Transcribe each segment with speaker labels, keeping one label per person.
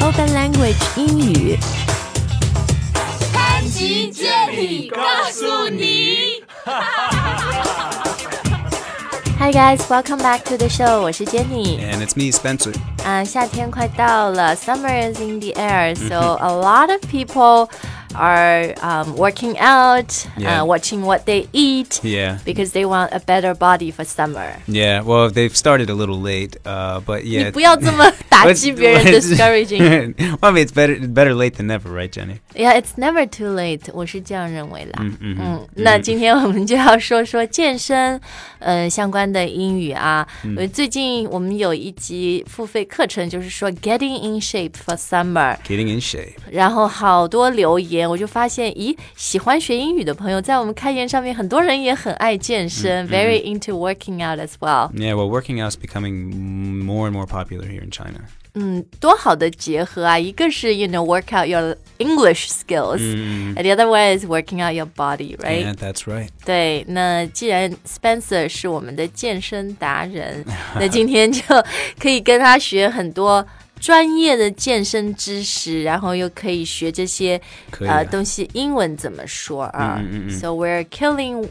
Speaker 1: Open Language 英语。
Speaker 2: 潘吉建议告诉你。
Speaker 1: Hi guys, welcome back to the show。我是 Jenny。
Speaker 3: And it's me, Spencer.
Speaker 1: 啊，夏天快到了，Summer is in the air, so
Speaker 3: Mm-hmm.
Speaker 1: a lot of people are um, working out,
Speaker 3: Yeah.
Speaker 1: uh, watching what they eat.
Speaker 3: Yeah.
Speaker 1: Because they want a better body for summer.
Speaker 3: Yeah, well, they've started a little late, uh, but
Speaker 1: 你
Speaker 3: yeah.
Speaker 1: 不要这么打
Speaker 3: Let's-
Speaker 1: 击别 人
Speaker 3: let's-
Speaker 1: ，discouraging。
Speaker 3: well, I mean, it's better better late than never, right, Jenny?
Speaker 1: Yeah, it's never too late，我是这样认为
Speaker 3: Mm-hmm.
Speaker 1: 啦。嗯嗯那今天我们就要说说健身， 呃，相关的英语啊。呃，最近我们有一集付费课程，就是说 getting in shape for summer。
Speaker 3: Getting in shape.
Speaker 1: 然后好多留言，我就发现，咦，喜欢学英语的朋友在我们开言上面，很多人也很爱健身、v e r y into working out as well。
Speaker 3: Yeah, well, working out's becoming more and more popular here in China.
Speaker 1: 嗯，多好的结合啊！一个是 you know work out your English skills，、and
Speaker 3: 嗯
Speaker 1: the other one is working out your body，right？、
Speaker 3: Yeah, that's right.
Speaker 1: 对，那既然 Spencer 是我们的健身达人， 那今天就可以跟他学很多专业的健身知识，然后又可以学这些
Speaker 3: 可以啊嗯
Speaker 1: 呃东西英文怎么说啊、s o we're killing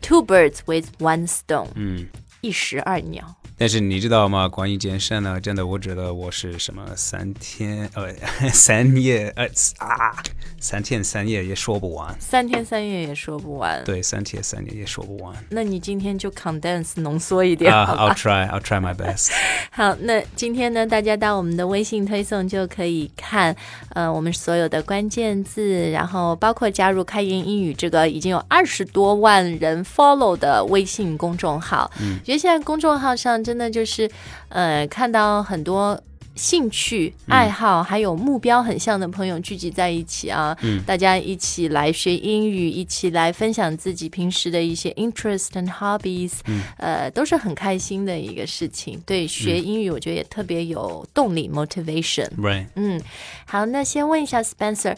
Speaker 1: two birds with one stone，嗯，一石二鸟。
Speaker 3: 但是你知道吗？关于健身呢，真的，我觉得我是什么三天呃 三夜呃啊三天三夜也说 不完，
Speaker 1: 三天三夜也说不完，
Speaker 3: 对，三天三夜也说不完。
Speaker 1: 那你今天就 condense 浓缩一点好吧
Speaker 3: Uh, I'll try. I'll try my best.
Speaker 1: 好，那今天呢，大家到我们的微信推送就可以看，呃，我们所有的关键字，然后包括加入开言英语这个已经有二十多万人 follow 的微信公众号。嗯，觉得现在公众号上真的就是，呃，看到很多。兴趣爱好还有目标很像的朋友聚集在一起啊，嗯、大家一起来学英语，一起来分享自己平时的一些 interest and hobbies，、呃，都是很开心的一个事情。对，学英语我觉得也特别有动力、motivation。
Speaker 3: Right.
Speaker 1: 嗯，好，那先问一下 Spencer，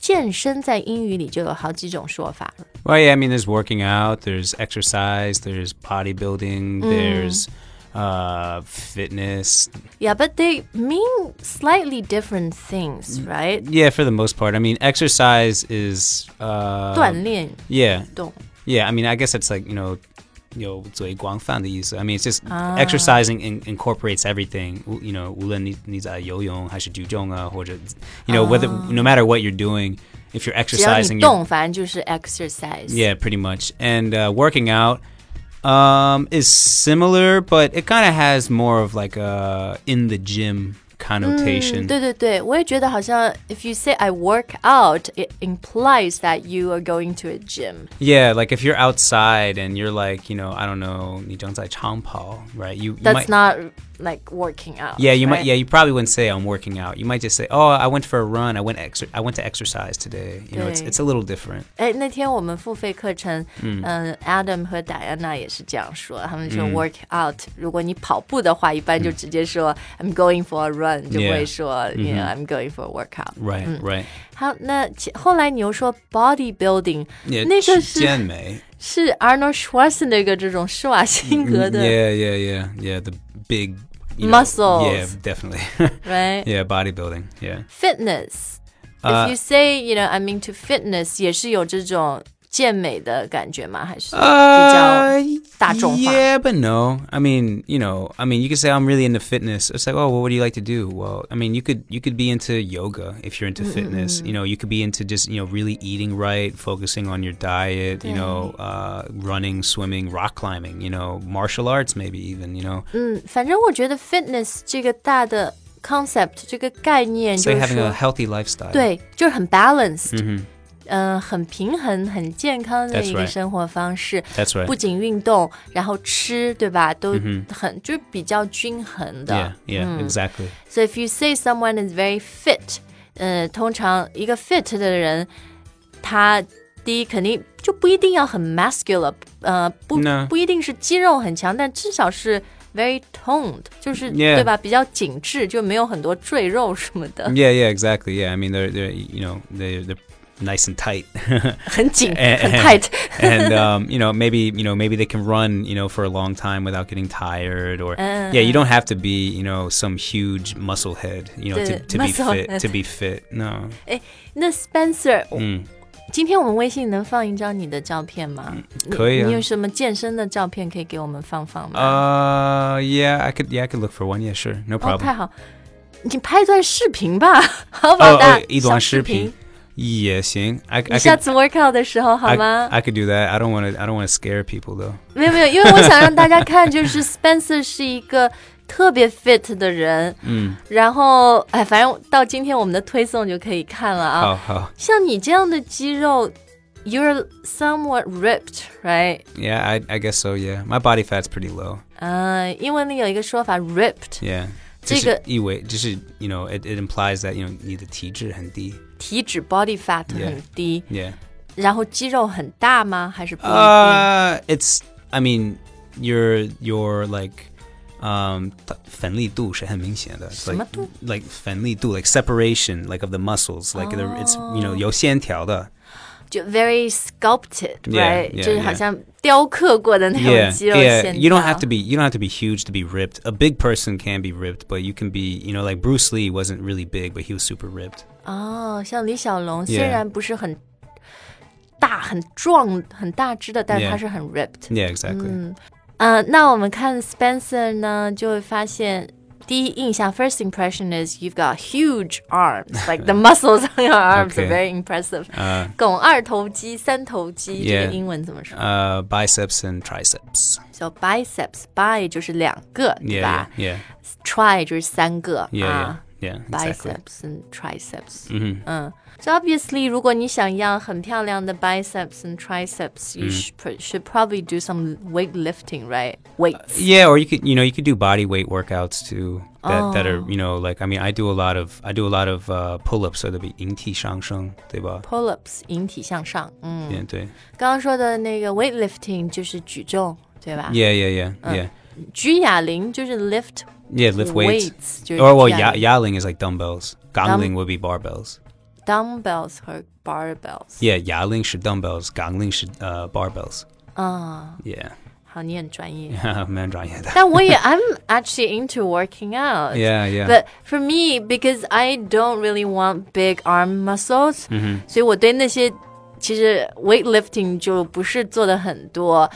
Speaker 1: 健身在英语里就有好几种说法。
Speaker 3: Well, yeah, I mean, there's working out, there's exercise, there's bodybuilding, there's uh, fitness.
Speaker 1: Yeah, but they mean slightly different things, right?
Speaker 3: Yeah, for the most part. I mean, exercise is. Uh,
Speaker 1: 锻炼
Speaker 3: yeah,
Speaker 1: 动
Speaker 3: yeah. I mean, I guess it's like you know, you know, 最广泛的意思. I mean, it's just exercising in, incorporates everything. w- You know, 无论你你在游泳还是举重啊，或者 you know whether no matter what you're doing, if you're
Speaker 1: 只要你
Speaker 3: exercising, you're
Speaker 1: 动，反正就是 exercise。
Speaker 3: Yeah, pretty much. And uh, working out um, is similar, but it kind of has more of like a in the gym
Speaker 1: 嗯
Speaker 3: connotation.
Speaker 1: 对对对，我也觉得好像，if you say I work out, it implies that you are going to a gym.
Speaker 3: yeah, like if you're outside and you're like, you know, I don't know, 你正在长跑, right? You, you
Speaker 1: That's
Speaker 3: might,
Speaker 1: not like working out.
Speaker 3: yeah, you might.
Speaker 1: right?
Speaker 3: Yeah, you probably wouldn't say I'm working out. You might just say, "Oh, I went for a run. I went exer- I went to exercise today." You know, it's
Speaker 1: Right.
Speaker 3: it's a little different.
Speaker 1: 哎，那天我们付费课程，嗯、a d a m 和 Diana 也是这样说，他们说 work out，、如果你跑步的话，一般就直接说、I'm going for a run，就不会说 you know I'm going for a workout。
Speaker 3: Right, right.
Speaker 1: 好，那其后来你又说 bodybuilding，、
Speaker 3: Yeah,
Speaker 1: 那个是
Speaker 3: 健美。
Speaker 1: 是 Arnold Schwarzenegger 这种施瓦辛格的
Speaker 3: Yeah, yeah, yeah, yeah. The big you know, Yeah,
Speaker 1: Muscles.
Speaker 3: definitely.
Speaker 1: right？
Speaker 3: yeah, bodybuilding. Yeah.
Speaker 1: fitness。If
Speaker 3: 啊
Speaker 1: you say you know I'm into fitness，也是有这种健美的感觉吗？还是比较
Speaker 3: Uh,
Speaker 1: 大众化。
Speaker 3: Yeah, but no. I mean, you know, I mean, you could say I'm really into fitness. It's like, oh, well, what do you like to do? Well, I mean, you could you could be into yoga if you're into fitness. You know, you could be into just you know really eating right, focusing on your diet. You know, uh, running, swimming, rock climbing. You know, martial arts maybe even. You know,
Speaker 1: 嗯，反正我觉得 fitness 这个大的 concept 这个概念
Speaker 3: so
Speaker 1: 就是
Speaker 3: having
Speaker 1: 说，
Speaker 3: a healthy lifestyle.
Speaker 1: 对，就是很 balanced，嗯、呃很平衡、很健康的
Speaker 3: That's
Speaker 1: 一个
Speaker 3: right.
Speaker 1: 生活方式。
Speaker 3: That's right.
Speaker 1: 不仅运动，然后吃，对吧？都很、就比较均衡的。
Speaker 3: 嗯 Yeah, yeah, exactly.
Speaker 1: So if you say someone is very fit，呃，通常一个 fit 的人，他第一肯定就不一定要很 muscular，呃，不
Speaker 3: No.
Speaker 1: 不一定是肌肉很强，但至少是 very toned，就是、
Speaker 3: Yeah.
Speaker 1: 对吧？比较紧致，就没有很多赘肉什么的。
Speaker 3: Yeah, yeah, exactly. Yeah, I mean, they're they're you know they they're nice and tight.
Speaker 1: 很紧，
Speaker 3: And-
Speaker 1: 很 tight。
Speaker 3: and um, you know maybe you know maybe they can run you know for a long time without getting tired or yeah you don't have to be you know some huge muscle head you know to,
Speaker 1: The
Speaker 3: to be
Speaker 1: muscle
Speaker 3: fit
Speaker 1: head.
Speaker 3: to be fit no
Speaker 1: 哎，那 Spencer，、
Speaker 3: mm.
Speaker 1: 今天我们微信能放一张你的照片吗？你
Speaker 3: 可以啊
Speaker 1: 你有什么健身的照片可以给我们放放吗？
Speaker 3: uh yeah I could yeah I could look for one yeah sure no
Speaker 1: 哦，太
Speaker 3: problem
Speaker 1: 好，你拍一段视频吧， 好不好？
Speaker 3: 哦
Speaker 1: 大
Speaker 3: 哦一段
Speaker 1: 小
Speaker 3: 视
Speaker 1: 视
Speaker 3: 频。yeah 行 I, I
Speaker 1: 你下
Speaker 3: could
Speaker 1: 次 workout 的时候好
Speaker 3: I,
Speaker 1: 吗？
Speaker 3: I could do that I don't want to I don't want to scare people though
Speaker 1: 没有没有，因为我想让大家看，就是 Spencer 是一个特别 fit 的人。
Speaker 3: 嗯，
Speaker 1: 然后哎，反正到今天我们的推送就可以看了啊。
Speaker 3: oh, oh
Speaker 1: 像你这样的肌肉，you're somewhat ripped, right？
Speaker 3: yeah I, I guess so yeah my body fat's pretty low
Speaker 1: 嗯、英文里有一个说法 ripped，
Speaker 3: yeah
Speaker 1: 这
Speaker 3: 就是
Speaker 1: 个
Speaker 3: 意味-就是, you know it, it implies that you know 你的体脂很低
Speaker 1: 体脂 body fat 很低
Speaker 3: yeah
Speaker 1: 然后肌肉很大吗？还是不一定？
Speaker 3: Uh, it's. I mean, your your like, um, 粉力度是很明显的. It's like
Speaker 1: 什么度？
Speaker 3: like 粉力度, like separation, like of the muscles, like the, it's you know 有线条的.
Speaker 1: 就 very sculpted,
Speaker 3: Yeah,
Speaker 1: right？、
Speaker 3: yeah,
Speaker 1: 就是好像雕刻过的那种
Speaker 3: Yeah,
Speaker 1: 肌肉线
Speaker 3: yeah.
Speaker 1: 条。
Speaker 3: You don't have to be you don't have to be huge to be ripped. A big person can be ripped, but you can be you know like Bruce Lee wasn't really big, but he was super ripped.
Speaker 1: 哦，像李小龙
Speaker 3: Yeah.
Speaker 1: 虽然不是很大、很壮、很大只的，但是
Speaker 3: Yeah.
Speaker 1: 他是很 ripped。
Speaker 3: Yeah, exactly.
Speaker 1: 嗯，呃，那我们看 Spencer 呢，就会发现。第一印象，first impression is you've got huge arms，like the muscles on your arms are
Speaker 3: Okay.
Speaker 1: very impressive。
Speaker 3: Uh,
Speaker 1: 肱二头肌、三头肌
Speaker 3: Yeah.
Speaker 1: 这个英文怎么说
Speaker 3: uh, biceps and triceps.
Speaker 1: ？So biceps by 就是两个，对
Speaker 3: Yeah,
Speaker 1: 吧
Speaker 3: yeah,
Speaker 1: ？Try 就是三个
Speaker 3: yeah, yeah, yeah,
Speaker 1: 啊
Speaker 3: yeah. Exactly.
Speaker 1: ，biceps and triceps。
Speaker 3: Mhm.
Speaker 1: 嗯，So obviously，如果你想要很漂亮的 biceps and
Speaker 3: Mm-hmm.
Speaker 1: triceps，you should pr- should probably do some weightlifting，right？Weights。
Speaker 3: Yeah, or you could you know you could do body weight workouts too that, that are
Speaker 1: Oh.
Speaker 3: you know like I mean I do a lot of I do a lot of uh, pull ups so that'd be 引体上升对吧
Speaker 1: Pull ups，引体向上。嗯，
Speaker 3: yeah 对
Speaker 1: 刚刚说的那个 weightlifting 就是举重，对吧？
Speaker 3: yeah yeah yeah
Speaker 1: Uh,
Speaker 3: yeah
Speaker 1: 举哑铃就是 lift
Speaker 3: yeah lift weights
Speaker 1: weights，就是
Speaker 3: or well
Speaker 1: 举哑
Speaker 3: ya-
Speaker 1: 铃
Speaker 3: yaling is like dumbbells gangling
Speaker 1: Dumb-
Speaker 3: would be barbells
Speaker 1: dumbbells 和 barbells。
Speaker 3: yeah yaling should dumbbells gangling should uh, barbells
Speaker 1: 啊、
Speaker 3: yeah
Speaker 1: 好，你很专业。
Speaker 3: man yeah
Speaker 1: 但我也 I'm actually into working out.
Speaker 3: yeah yeah
Speaker 1: But for me, because I don't really want big arm muscles，、所以我对那些其实 weightlifting 就不是做的很多。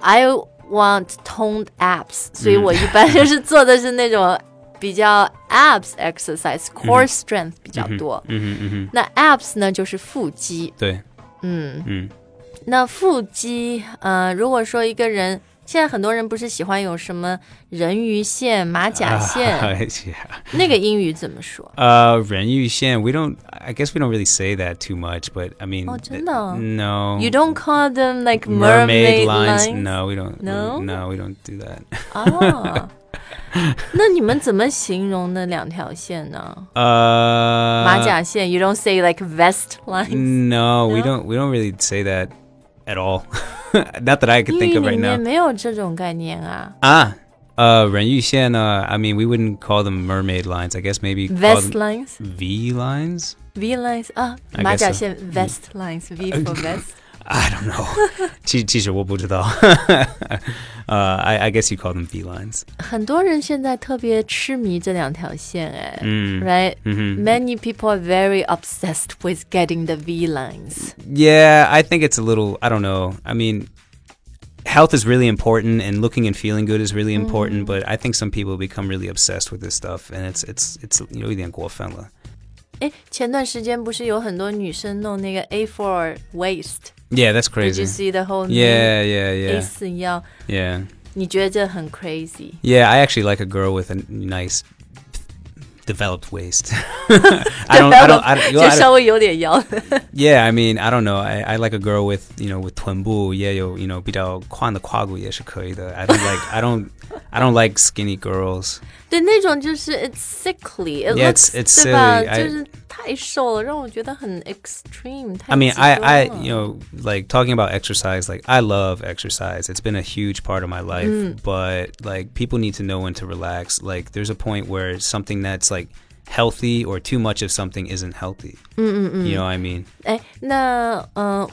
Speaker 1: I want toned abs，所以我一般就是做的是那种 比较 abs exercise、core strength 比较多。
Speaker 3: Mm-hmm. 嗯哼嗯哼
Speaker 1: 那 abs 呢，就是腹肌。
Speaker 3: 对
Speaker 1: 那腹肌，呃，如果说一个人，现在很多人不是喜欢有什么人鱼线、马 甲线，
Speaker 3: yeah
Speaker 1: 那个英语怎么说？
Speaker 3: Uh, 人鱼线, we don't. I guess we don't really say that too much, but I mean,
Speaker 1: 哦，真的？
Speaker 3: th- no.
Speaker 1: Oh, You don't call them like
Speaker 3: mermaid,
Speaker 1: mermaid
Speaker 3: lines? No, we don't.
Speaker 1: No?
Speaker 3: no, we don't do that.
Speaker 1: 哦，Ah. 那你们怎么形容那两条线呢？
Speaker 3: Uh,
Speaker 1: 马甲线，You don't say like vest lines。
Speaker 3: No, we
Speaker 1: No?
Speaker 3: don't. We don't really say that at all. Not that I could
Speaker 1: 英
Speaker 3: think
Speaker 1: 语
Speaker 3: of
Speaker 1: 里
Speaker 3: right
Speaker 1: 面
Speaker 3: now.
Speaker 1: 没有这种概念啊
Speaker 3: Ah, uh, 人鱼线. Uh, I mean, we wouldn't call them mermaid lines. I guess maybe call
Speaker 1: ，vest
Speaker 3: them
Speaker 1: lines、
Speaker 3: V lines.
Speaker 1: V lines 啊，
Speaker 3: I guess
Speaker 1: 马甲线 vest lines，V for vest。
Speaker 3: I don't know. 其-其实我不知道。uh, I, I guess you call them V lines.
Speaker 1: 很多人现在特别痴迷这两条线，哎
Speaker 3: 嗯
Speaker 1: ，right。
Speaker 3: Mhm.
Speaker 1: Many people are very obsessed with getting the V lines.
Speaker 3: Yeah, I think it's a little. I don't know. I mean, health is really important, and looking and feeling good is really
Speaker 1: Mm-hmm.
Speaker 3: important. But I think some people become really obsessed with this stuff, and it's it's it's you know 有点过分了.
Speaker 1: 哎，前段时间不是有很多女生弄那个 A4 waist？
Speaker 3: Yeah, that's
Speaker 1: Did you
Speaker 3: crazy.
Speaker 1: see the whole
Speaker 3: Yeah, yeah,
Speaker 1: A
Speaker 3: yeah,
Speaker 1: 四腰？
Speaker 3: yeah,
Speaker 1: 你觉得这很 crazy？
Speaker 3: yeah. I actually like a girl with a nice developed waist. I don't, I don't, I don't,
Speaker 1: 就
Speaker 3: I don't
Speaker 1: 稍微有点 腰。
Speaker 3: Yeah, I mean, I don't know. I, I like a girl with you know with 臀部也有 you know 比较宽的胯骨也是可以的. I don't like I don't I don't like skinny girls.
Speaker 1: 对，那种就是 it's sickly, it
Speaker 3: Yeah,
Speaker 1: looks
Speaker 3: it's- it's
Speaker 1: 对吧？
Speaker 3: silly, I-
Speaker 1: 就是太瘦了，让我觉得很 extreme。
Speaker 3: I mean, I, I,
Speaker 1: 太极端了
Speaker 3: you know, like talking about exercise, like I love exercise. It's been a huge part of my life,
Speaker 1: Mm.
Speaker 3: but like people need to know when to relax. Like there's a point where something that's like healthy or too much of something isn't healthy. You know what I mean?
Speaker 1: 哎，那嗯。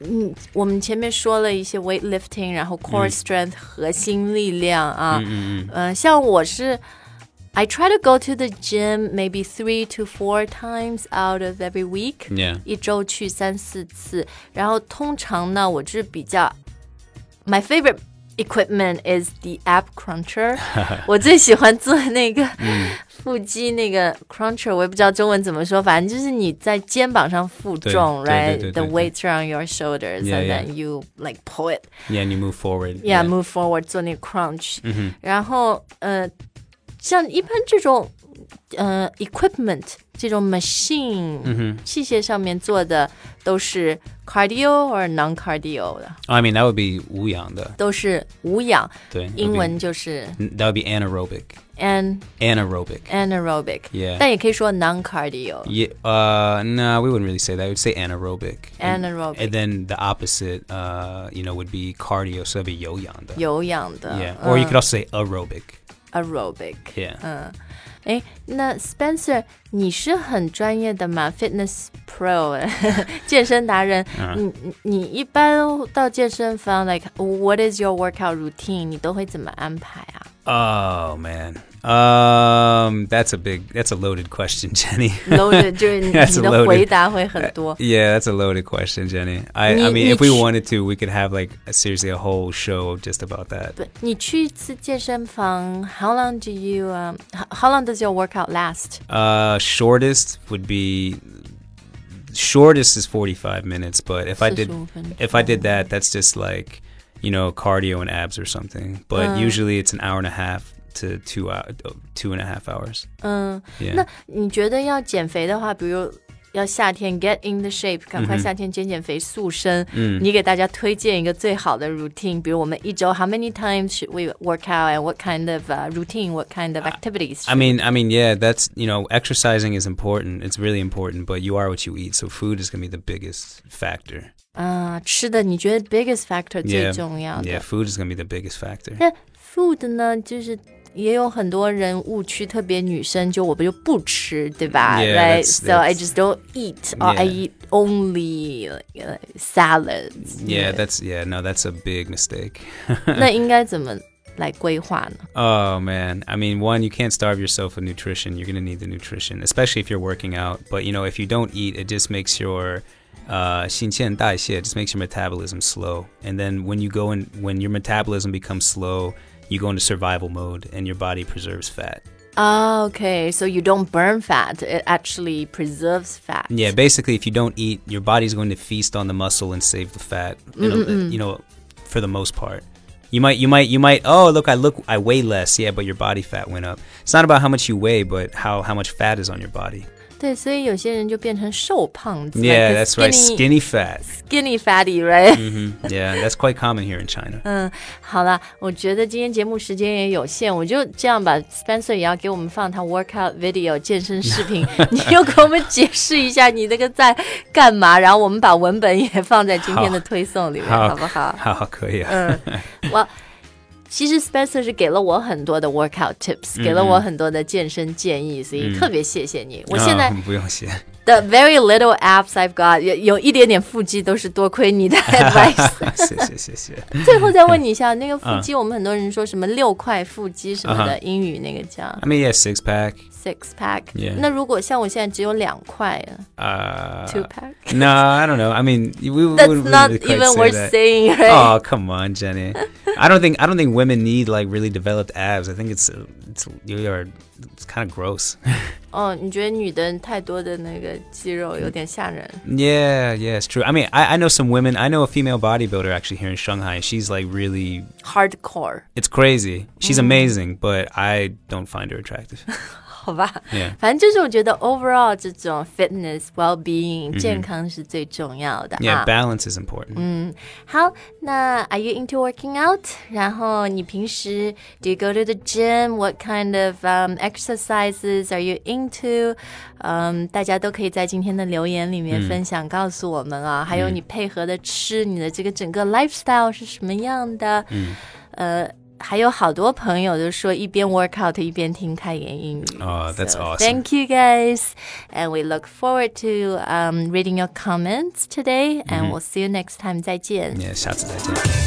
Speaker 1: 嗯，我们前面说了一些 weightlifting，然后
Speaker 3: Mm.
Speaker 1: core strength、核心力量啊，嗯嗯像我是，I try to go to the gym maybe three to four times out of every week，、
Speaker 3: Yeah.
Speaker 1: 一周去三四次，然后通常呢，我是比较，my favorite equipment is the ab cruncher，我最喜欢做那个
Speaker 3: 嗯
Speaker 1: 腹肌那个 cruncher，我也不知道中文怎么说，反正就是你在肩膀上负重
Speaker 3: 对对
Speaker 1: ，right？The
Speaker 3: 对对对
Speaker 1: weights are on your shoulders
Speaker 3: Yeah,
Speaker 1: and
Speaker 3: yeah.
Speaker 1: then you like pull it。
Speaker 3: Yeah, and you move forward.
Speaker 1: yeah, move forward 做那个 crunch，、然后呃，像一般这种呃 equipment 这种 machine、器械上面做的都是 cardio or non cardio 的，
Speaker 3: I mean, that would be 无氧的.
Speaker 1: 都是无氧，
Speaker 3: 对，
Speaker 1: 英文就是
Speaker 3: That would be anaerobic.
Speaker 1: an
Speaker 3: Anaerobic.
Speaker 1: anaerobic，、
Speaker 3: Yeah.
Speaker 1: 但也可以说 non cardio，
Speaker 3: Yeah, uh, no, we wouldn't really say that. We'd say anaerobic. And-
Speaker 1: Anaerobic.
Speaker 3: And then the opposite, uh, you know, would be cardio. So that'd be 有氧的.
Speaker 1: 有氧的
Speaker 3: Yeah.
Speaker 1: 嗯
Speaker 3: Or you could also say aerobic.
Speaker 1: aerobic，
Speaker 3: Yeah.
Speaker 1: 嗯。哎，那 Spencer，你是很专业的嘛？Fitness Pro，健 身达人。你你你一般到健身房，like what is your workout routine？你都会怎么安排 啊？
Speaker 3: Oh man. Um, that's a big, that's a loaded question, Jenny.
Speaker 1: loaded 就是你
Speaker 3: That's
Speaker 1: 你的
Speaker 3: loaded. Uh,
Speaker 1: 回答会很多。
Speaker 3: Yeah, that's a loaded question, Jenny. I,
Speaker 1: Ni-
Speaker 3: I mean,
Speaker 1: niche.
Speaker 3: if we wanted to, we could have like a, seriously a whole show just about that.
Speaker 1: 不，你去一次健身房，how long do you um how- how long does your workout last？
Speaker 3: Uh, shortest would be shortest is 45 minutes, but if I did
Speaker 1: 45 minutes.
Speaker 3: if I did that, that's just like, you know, cardio and abs or something. But usually it's an hour and a half to two hour, two and a half hours.
Speaker 1: 嗯，
Speaker 3: Yeah.
Speaker 1: 那你觉得要减肥的话，比如要夏天 get in the shape，赶快夏天减减肥、塑身。嗯，你给大家推荐一个最好的 routine，比如我们一周 how many times should we work out and what kind of、uh, routine，what kind of activities？
Speaker 3: I mean, I mean, yeah, that's, you know, exercising is important. It's really important, but you are what you eat. So food is going to be the biggest factor.
Speaker 1: 啊、吃的你觉得 biggest factor 最
Speaker 3: Yeah.
Speaker 1: 重要的
Speaker 3: Yeah, food is going to be the biggest factor.
Speaker 1: 那 food 呢，就是。也有很多人误区，特别女生，就我不就不吃，对吧
Speaker 3: Yeah,
Speaker 1: right?
Speaker 3: that's-
Speaker 1: So I just don't eat, or I
Speaker 3: Yeah.
Speaker 1: eat only uh, salads.
Speaker 3: Yeah, that's, yeah, no, that's a big mistake.
Speaker 1: 那应该怎么来规划呢？
Speaker 3: Oh man, I mean, one, you can't starve yourself with nutrition. You're gonna need the nutrition, especially if you're working out. But you know, if you don't eat, it just makes your uh, 新陈代谢, it just makes your metabolism slow. And then when you go in, when your metabolism becomes slow, you go into survival mode, and your body preserves fat.
Speaker 1: Oh, okay, so you don't burn fat. It actually preserves fat.
Speaker 3: Yeah, basically, if you don't eat, your body's going to feast on the muscle and save the fat. It'll- You know, for the most part. You might, you might, you might. Oh, look, I look, I weigh less. Yeah, but your body fat went up. It's not about how much you weigh, but how how much fat is on your body.
Speaker 1: 对，所以有些人就变成瘦胖子。
Speaker 3: Yeah,
Speaker 1: like a
Speaker 3: that's right.
Speaker 1: Skinny,
Speaker 3: Skinny fat.
Speaker 1: skinny fatty, right?
Speaker 3: Mhm. Yeah, that's quite common here in China.
Speaker 1: 嗯，好了，我觉得今天节目时间也有限，我就这样吧。Spencer 也要给我们放他 workout video 健身视 频，你又给我们解释一下你那个在干嘛，然后我们把文本也放在今天的
Speaker 3: 好
Speaker 1: 推送里面，
Speaker 3: 好
Speaker 1: 好不好？
Speaker 3: 好，可以啊。
Speaker 1: Uh, 我其实 Spencer 是给了我很多的 workout
Speaker 3: 嗯
Speaker 1: tips，给了我很多的健身建议，所以特别谢谢你。
Speaker 3: 啊
Speaker 1: 我现
Speaker 3: Um,
Speaker 1: 在
Speaker 3: 不用谢。
Speaker 1: 的 very little apps I've got 有有一点点腹肌都是多亏 你的 advice。
Speaker 3: 谢谢谢谢。
Speaker 1: 最后再问你一下，那个腹肌，我们很多人说什么六块腹肌什么
Speaker 3: 啊
Speaker 1: 的，英语那个叫
Speaker 3: I mean, yeah, six pack.
Speaker 1: six pack。
Speaker 3: Yeah
Speaker 1: 那如果像我现在只有两块
Speaker 3: Uh,
Speaker 1: two pack。
Speaker 3: No, I don't know. I mean, we, we
Speaker 1: That's
Speaker 3: wouldn't
Speaker 1: not
Speaker 3: really quite
Speaker 1: even
Speaker 3: say
Speaker 1: worth
Speaker 3: that.
Speaker 1: saying, right?
Speaker 3: Oh come on, Jenny. I don't think I don't think women need like really developed abs. I think it's uh, it's you are it's kind of gross.
Speaker 1: 哦，你觉得女的太多的那个肌肉有点吓人？
Speaker 3: yeah, yeah, it's true. I mean, I, I know some women. I know a female bodybuilder actually here in Shanghai. She's like really,
Speaker 1: hardcore，
Speaker 3: it's crazy. She's amazing, but I don't find her attractive.
Speaker 1: 好吧。
Speaker 3: Yeah.
Speaker 1: 反正就是我觉得 overall 这种 fitness well being、健康是最重要的
Speaker 3: Yeah,
Speaker 1: 啊。
Speaker 3: balance is important.
Speaker 1: 好，那 are you into working out？然后你平时 do you go to the gym？What kind of、um, exercises are you into？嗯，大家都可以在今天的留言里面分享告诉我们啊。还有你配合的吃，你的这个整个 lifestyle 是什么样的？嗯，呃。还有好多朋友都说一边 work out 一边听开言英语。
Speaker 3: Oh, that's
Speaker 1: So
Speaker 3: awesome.
Speaker 1: Thank you guys, and we look forward to um, reading your comments today. And we'll see you next time. 再见。
Speaker 3: Yeah, 下次再见。